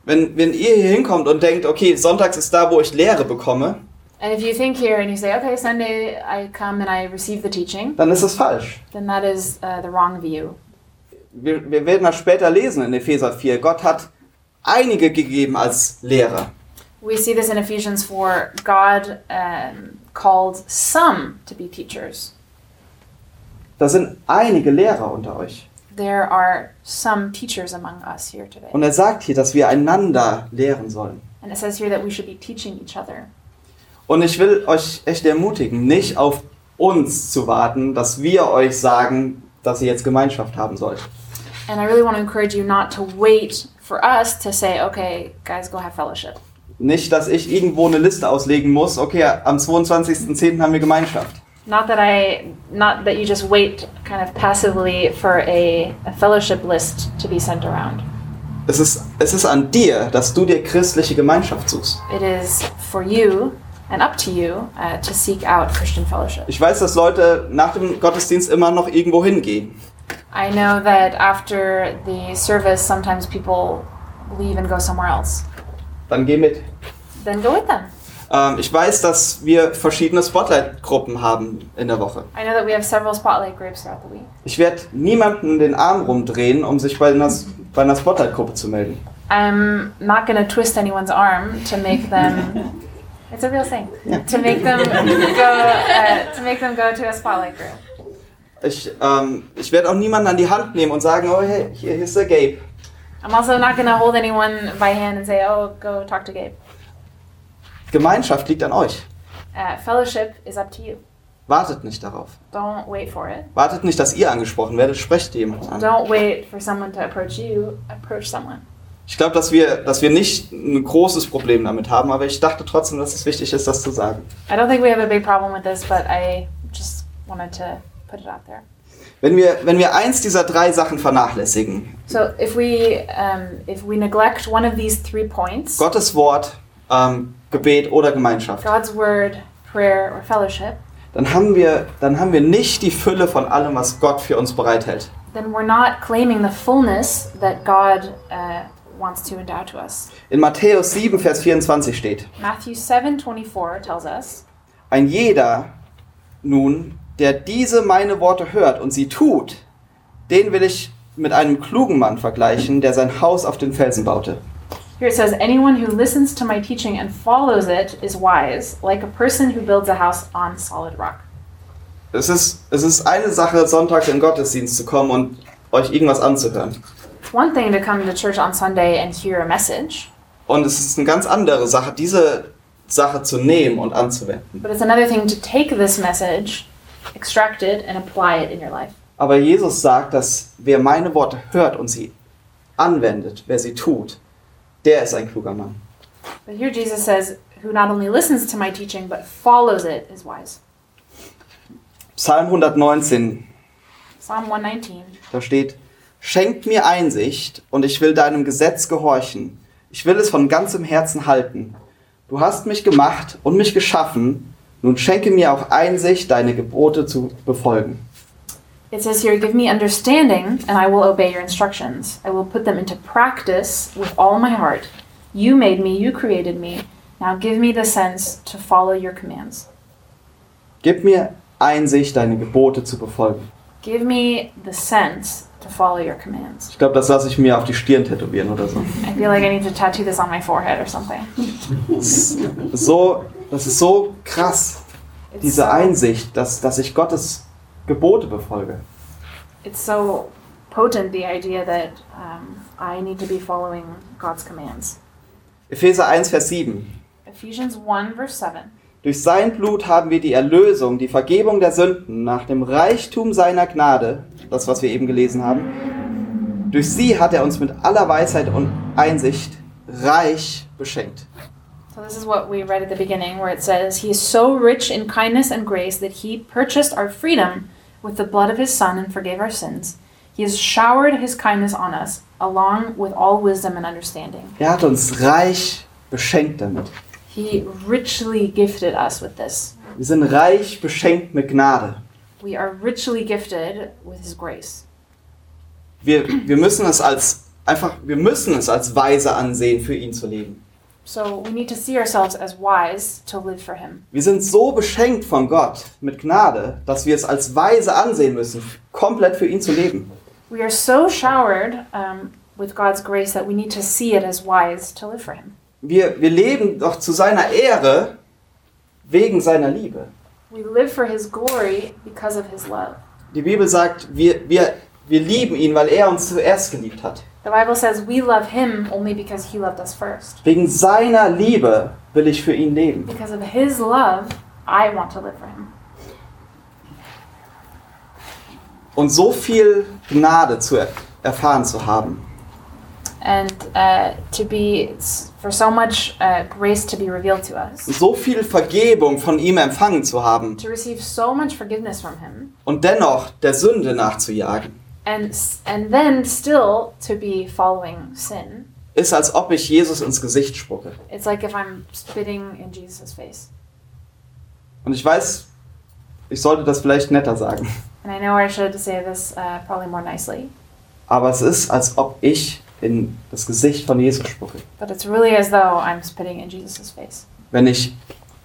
Speaker 2: Wenn, wenn ihr hier hinkommt und denkt, okay, sonntags ist da, wo ich Lehre bekomme,
Speaker 3: And if you think here and you say, okay, Sunday I come and I receive the teaching,
Speaker 2: dann ist es falsch.
Speaker 3: then that is uh, the wrong view.
Speaker 2: Wir, wir werden das später lesen in Epheser 4. Gott hat einige gegeben als Lehrer.
Speaker 3: We see this in Ephesians 4 God um, called some to be teachers.
Speaker 2: Da sind einige Lehrer unter euch.
Speaker 3: There are some teachers among us here today.
Speaker 2: Und er sagt hier, dass wir einander lehren sollen.
Speaker 3: And it says here that we should be teaching each other.
Speaker 2: Und ich will euch echt ermutigen, nicht auf uns zu warten, dass wir euch sagen, dass ihr jetzt Gemeinschaft haben sollt.
Speaker 3: And I really want to encourage you not to wait for us to say, okay, guys, go have fellowship.
Speaker 2: Nicht, dass ich irgendwo eine Liste auslegen muss, okay, am 22.10. haben wir Gemeinschaft.
Speaker 3: Not that I, not that you just wait kind of passively for a, a fellowship list to be sent around.
Speaker 2: Es ist, es ist an dir, dass du dir christliche Gemeinschaft suchst.
Speaker 3: It is for you and up to you uh, to seek out Christian fellowship.
Speaker 2: Ich weiß, dass Leute nach dem Gottesdienst immer noch irgendwo hingehen.
Speaker 3: I know that after the service, sometimes people leave and go somewhere else.
Speaker 2: Dann geh mit.
Speaker 3: Then go with them.
Speaker 2: Ähm, ich weiß, dass wir verschiedene Spotlight-Gruppen haben in der Woche.
Speaker 3: I know that we have several spotlight groups throughout the week.
Speaker 2: Ich werde niemanden den Arm rumdrehen, um sich bei einer, bei einer Spotlight-Gruppe zu melden.
Speaker 3: I'm not going to twist anyone's arm to make them. It's a real thing. To make them go uh, to make them go to a spotlight group.
Speaker 2: Ich, ähm, ich werde auch niemanden an die Hand nehmen und sagen, oh hey, hier ist der Gabe.
Speaker 3: I'm also not going to hold anyone by hand and say, "Oh, go talk to Gabe."
Speaker 2: Gemeinschaft liegt an euch.
Speaker 3: Uh, fellowship is up to you.
Speaker 2: Wartet nicht darauf.
Speaker 3: Don't wait for it.
Speaker 2: Wartet nicht, dass ihr angesprochen werdet. Sprecht jemanden an.
Speaker 3: Don't wait for someone to approach you. Approach someone.
Speaker 2: Ich glaube, dass wir, dass wir nicht ein großes Problem damit haben, aber ich dachte trotzdem, dass es wichtig ist, das zu sagen.
Speaker 3: I don't think we have a big problem with this, but I just wanted to put it out there.
Speaker 2: Wenn wir, wenn wir eins dieser drei Sachen vernachlässigen,
Speaker 3: So if we um, if we neglect one of these three points,
Speaker 2: Gottes Wort, ähm, Gebet oder Gemeinschaft,
Speaker 3: God's word, prayer, or fellowship.
Speaker 2: dann haben, wir, dann haben wir nicht die Fülle von allem, was Gott für uns bereithält.
Speaker 3: then we're not claiming the fullness that God uh, wants to endow to us.
Speaker 2: In Matthäus 7, Vers 24 steht,
Speaker 3: Matthew 7:24 tells us,
Speaker 2: Ein jeder nun, der diese meine Worte hört und sie tut, den will ich mit einem klugen Mann vergleichen, der sein Haus auf den Felsen baute.
Speaker 3: here it says, "Anyone who listens to my teaching and follows it is wise, like a person who builds a house on solid rock."
Speaker 2: Es ist, es ist eine Sache, sonntags in den Gottesdienst zu kommen und euch irgendwas anzuhören.
Speaker 3: It's one thing to come to church on Sunday and hear a message,
Speaker 2: Und es ist eine ganz andere Sache, diese Sache zu nehmen und anzuwenden.
Speaker 3: but it's another thing to take this message, extract it, and apply it in your life.
Speaker 2: Aber Jesus sagt, dass wer meine Worte hört und sie anwendet, wer sie tut, der ist ein kluger Mann.
Speaker 3: But here Jesus says, "Who not only listens to my teaching but follows it is wise."
Speaker 2: Psalm 119,
Speaker 3: Psalm 119.
Speaker 2: Da steht, schenkt mir Einsicht und ich will deinem Gesetz gehorchen. Ich will es von ganzem Herzen halten. Du hast mich gemacht und mich geschaffen. Nun schenke mir auch Einsicht, deine Gebote zu befolgen.
Speaker 3: It says here, Give me understanding, and I will obey your instructions. I will put them into practice with all my heart. You made me, you created me. Now give me the sense to follow your commands.
Speaker 2: Gib mir Einsicht, deine Gebote zu befolgen.
Speaker 3: Give me the sense to follow your commands.
Speaker 2: Ich glaube, das lasse ich mir auf die Stirn tätowieren oder so.
Speaker 3: I feel like I need to tattoo this on my forehead or something.
Speaker 2: Das ist so, das ist so krass,
Speaker 3: It's,
Speaker 2: diese Einsicht, dass, dass ich Gottes Gebote befolge.
Speaker 3: it's so potent, the idea that um, I need to be following God's commands.
Speaker 2: Epheser 1, Vers 7.
Speaker 3: Ephesians 1, verse 7.
Speaker 2: Durch sein Blut haben wir die Erlösung, die Vergebung der Sünden nach dem Reichtum seiner Gnade, das was wir eben gelesen haben. Durch sie hat er uns mit aller Weisheit und Einsicht reich beschenkt.
Speaker 3: So, this is what we read at the beginning, where it says, He is so rich in kindness and grace that He purchased our freedom with the blood of His Son and forgave our sins. He has showered His kindness on us, along with all wisdom and understanding.
Speaker 2: Er hat uns reich beschenkt damit.
Speaker 3: He richly gifted us with this.
Speaker 2: Wir sind reich beschenkt mit Gnade.
Speaker 3: We are richly gifted with His grace.
Speaker 2: Wir, wir müssen es als einfach, wir müssen es als weise ansehen, für ihn zu leben.
Speaker 3: So, we need to see ourselves as wise to live for Him.
Speaker 2: Wir sind so beschenkt von Gott mit Gnade, dass wir es als weise ansehen müssen, komplett für ihn zu leben.
Speaker 3: We are so showered um, with God's grace that we need to see it as wise to live for Him.
Speaker 2: Wir, wir leben doch zu seiner Ehre wegen seiner Liebe.
Speaker 3: We live for His glory because of His love.
Speaker 2: Die Bibel sagt, wir, wir, wir lieben ihn, weil er uns zuerst geliebt hat.
Speaker 3: The Bible says we love Him only because He loved us first.
Speaker 2: Wegen seiner Liebe will ich für ihn leben.
Speaker 3: Because of His love, I want to live for Him.
Speaker 2: Und so viel Gnade zu er erfahren zu haben,
Speaker 3: And uh, to be, for so much uh, grace to be revealed to us,
Speaker 2: so viel Vergebung von ihm empfangen zu haben
Speaker 3: to receive so much forgiveness from Him,
Speaker 2: und dennoch der Sünde nachzujagen,
Speaker 3: and, s- and then still to be following sin.
Speaker 2: ist, als ob ich Jesus ins Gesicht spucke.
Speaker 3: It's like if I'm spitting in Jesus' face.
Speaker 2: Und ich weiß, ich sollte das vielleicht netter sagen,
Speaker 3: And I know I should say this uh, probably more nicely,
Speaker 2: aber es ist, als ob ich in das Gesicht von Jesus spucke,
Speaker 3: but it's really as though I'm spitting in Jesus' face
Speaker 2: wenn ich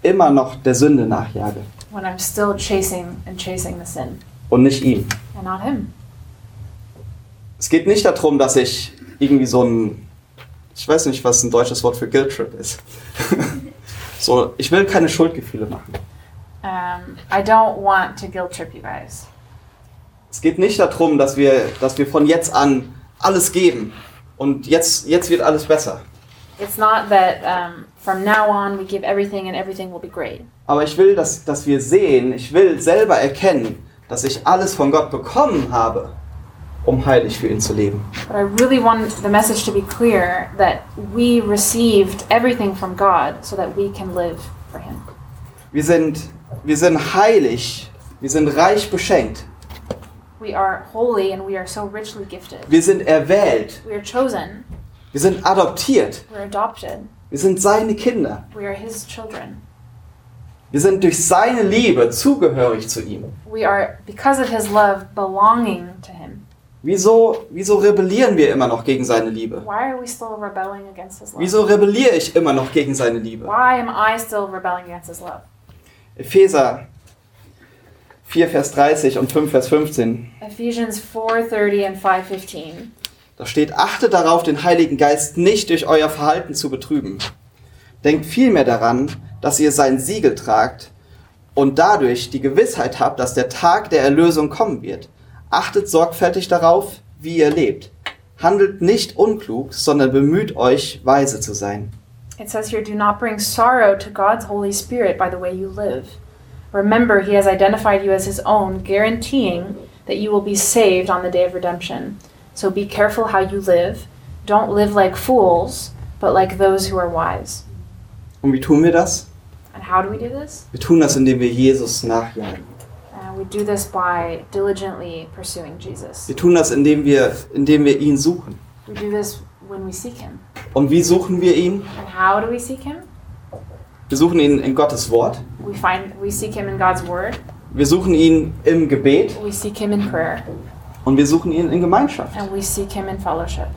Speaker 2: immer noch der Sünde nachjage
Speaker 3: when I'm still chasing and chasing the sin
Speaker 2: und nicht ihm.
Speaker 3: and not Him.
Speaker 2: Es geht nicht darum, dass ich irgendwie so ein, ich weiß nicht, was ein deutsches Wort für Guilt Trip ist. so, ich will keine Schuldgefühle machen.
Speaker 3: Um, I don't want to guilt trip you guys.
Speaker 2: Es geht nicht darum, dass wir, dass wir von jetzt an alles geben und jetzt, jetzt wird alles besser.
Speaker 3: It's not that um, from now on we give everything and everything will be great.
Speaker 2: Aber ich will, dass, dass wir sehen, ich will selber erkennen, dass ich alles von Gott bekommen habe, um heilig für ihn zu leben.
Speaker 3: But I really want the message to be clear that we received everything from God so that we can live for Him.
Speaker 2: Wir sind, wir sind heilig, wir sind reich beschenkt,
Speaker 3: We are holy and we are so richly gifted.
Speaker 2: wir sind erwählt,
Speaker 3: We are chosen,
Speaker 2: wir sind adoptiert,
Speaker 3: we're adopted,
Speaker 2: wir sind seine Kinder.
Speaker 3: we are His children.
Speaker 2: Wir sind durch seine Liebe zugehörig zu ihm.
Speaker 3: We are, because of His love, belonging to Him.
Speaker 2: Wieso, wieso rebellieren wir immer noch gegen seine Liebe?
Speaker 3: Why are we still rebelling against His love?
Speaker 2: Wieso rebelliere ich immer noch gegen seine Liebe?
Speaker 3: Why am I still rebelling against His love?
Speaker 2: Epheser 4, Vers 30 und 5, Vers 15.
Speaker 3: Ephesians 4:30 and 5:15.
Speaker 2: Da steht, achtet darauf, den Heiligen Geist nicht durch euer Verhalten zu betrüben. Denkt vielmehr daran, dass ihr sein Siegel tragt und dadurch die Gewissheit habt, dass der Tag der Erlösung kommen wird. Achtet sorgfältig darauf, wie ihr lebt. Handelt nicht unklug, sondern bemüht euch, weise zu sein.
Speaker 3: It says here, do not bring sorrow to God's Holy Spirit by the way you live. Remember, He has identified you as His own, guaranteeing that you will be saved on the day of redemption. So be careful how you live. Don't live like fools, but like those who are wise.
Speaker 2: Und wie tun wir das?
Speaker 3: And how do we do this?
Speaker 2: Wir tun das, indem wir Jesus nachjagen.
Speaker 3: Uh, we do this by diligently pursuing Jesus.
Speaker 2: Wir tun das, indem wir, indem wir ihn suchen.
Speaker 3: We do this when we seek Him.
Speaker 2: Und wie suchen wir ihn?
Speaker 3: And how do we seek Him?
Speaker 2: Wir suchen ihn in Gottes Wort.
Speaker 3: We find we seek Him in God's Word.
Speaker 2: Wir suchen ihn im Gebet
Speaker 3: We seek Him in prayer,
Speaker 2: und wir suchen ihn in Gemeinschaft.
Speaker 3: and we seek Him in fellowship.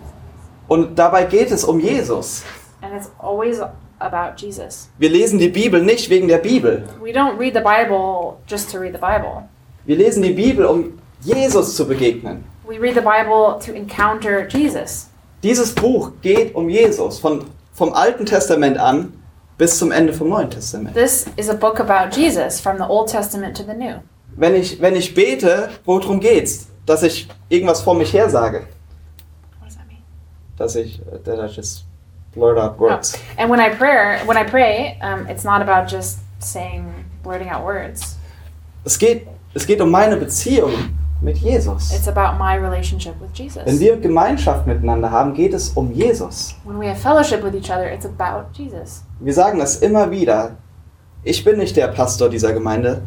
Speaker 2: Und dabei geht es um Jesus.
Speaker 3: And it's always about Jesus.
Speaker 2: Wir lesen die Bibel nicht wegen der Bibel.
Speaker 3: We don't read the Bible just to read the Bible.
Speaker 2: Wir lesen die Bibel, um Jesus zu begegnen.
Speaker 3: We read the Bible to encounter Jesus.
Speaker 2: Dieses Buch geht um Jesus von, vom Alten Testament an bis zum Ende vom Neuen Testament.
Speaker 3: This is a book about Jesus from the Old Testament to the New.
Speaker 2: Wenn ich, wenn ich bete, worum geht's? Dass ich irgendwas vor mich her sage.
Speaker 3: What does that mean? Oh,
Speaker 2: Dass ich, that I just blurt out words.
Speaker 3: And when I prayer, when I pray, um, it's not about just saying, blurting out words.
Speaker 2: Es geht, es geht um meine Beziehung mit Jesus.
Speaker 3: It's about my relationship with
Speaker 2: Wenn
Speaker 3: Jesus.
Speaker 2: wir Gemeinschaft miteinander haben, geht es um Jesus.
Speaker 3: When we have fellowship with each other, it's about Jesus.
Speaker 2: Wir sagen das immer wieder. Ich bin nicht der Pastor dieser Gemeinde.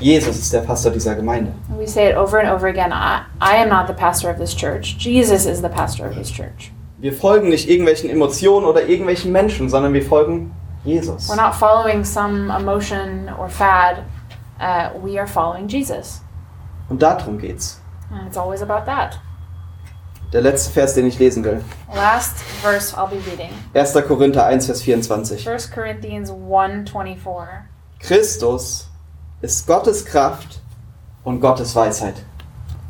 Speaker 2: Jesus ist der Pastor dieser Gemeinde.
Speaker 3: And we say it over and over again I, I am not the pastor of this church, Jesus is the pastor of this church.
Speaker 2: Wir folgen nicht irgendwelchen Emotionen oder irgendwelchen Menschen, sondern wir folgen Jesus.
Speaker 3: We're not following some emotion or fad, uh, we are following Jesus.
Speaker 2: Und darum geht's.
Speaker 3: And it's always about that.
Speaker 2: Der letzte Vers, den ich lesen will.
Speaker 3: Last verse I'll be reading
Speaker 2: 1. Korinther 1, Vers 24.
Speaker 3: 1 Corinthians 1 24.
Speaker 2: Christus ist Gottes Kraft und Gottes Weisheit.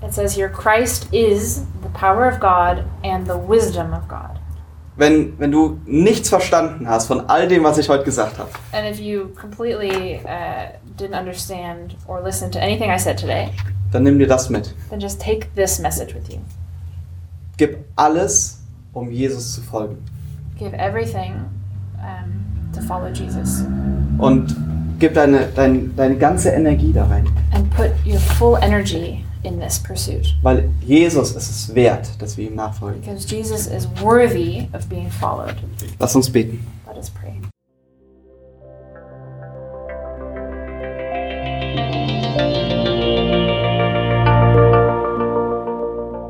Speaker 3: It says here Christ is the power of God and the wisdom of God.
Speaker 2: Wenn, wenn du nichts verstanden hast von all dem, was ich heute gesagt habe,
Speaker 3: And if you completely uh, didn't understand or listen to anything I said today,
Speaker 2: dann nimm dir das mit.
Speaker 3: then just take this message with you.
Speaker 2: Gib alles, um Jesus zu folgen.
Speaker 3: Give everything um, to follow Jesus
Speaker 2: Und gib deine, dein, deine ganze Energie da rein.
Speaker 3: and put your full energy in this pursuit
Speaker 2: Weil Jesus ist es wert, dass wir ihm nachfolgen.
Speaker 3: because Jesus is worthy of being followed.
Speaker 2: Lass uns beten.
Speaker 3: Let us pray.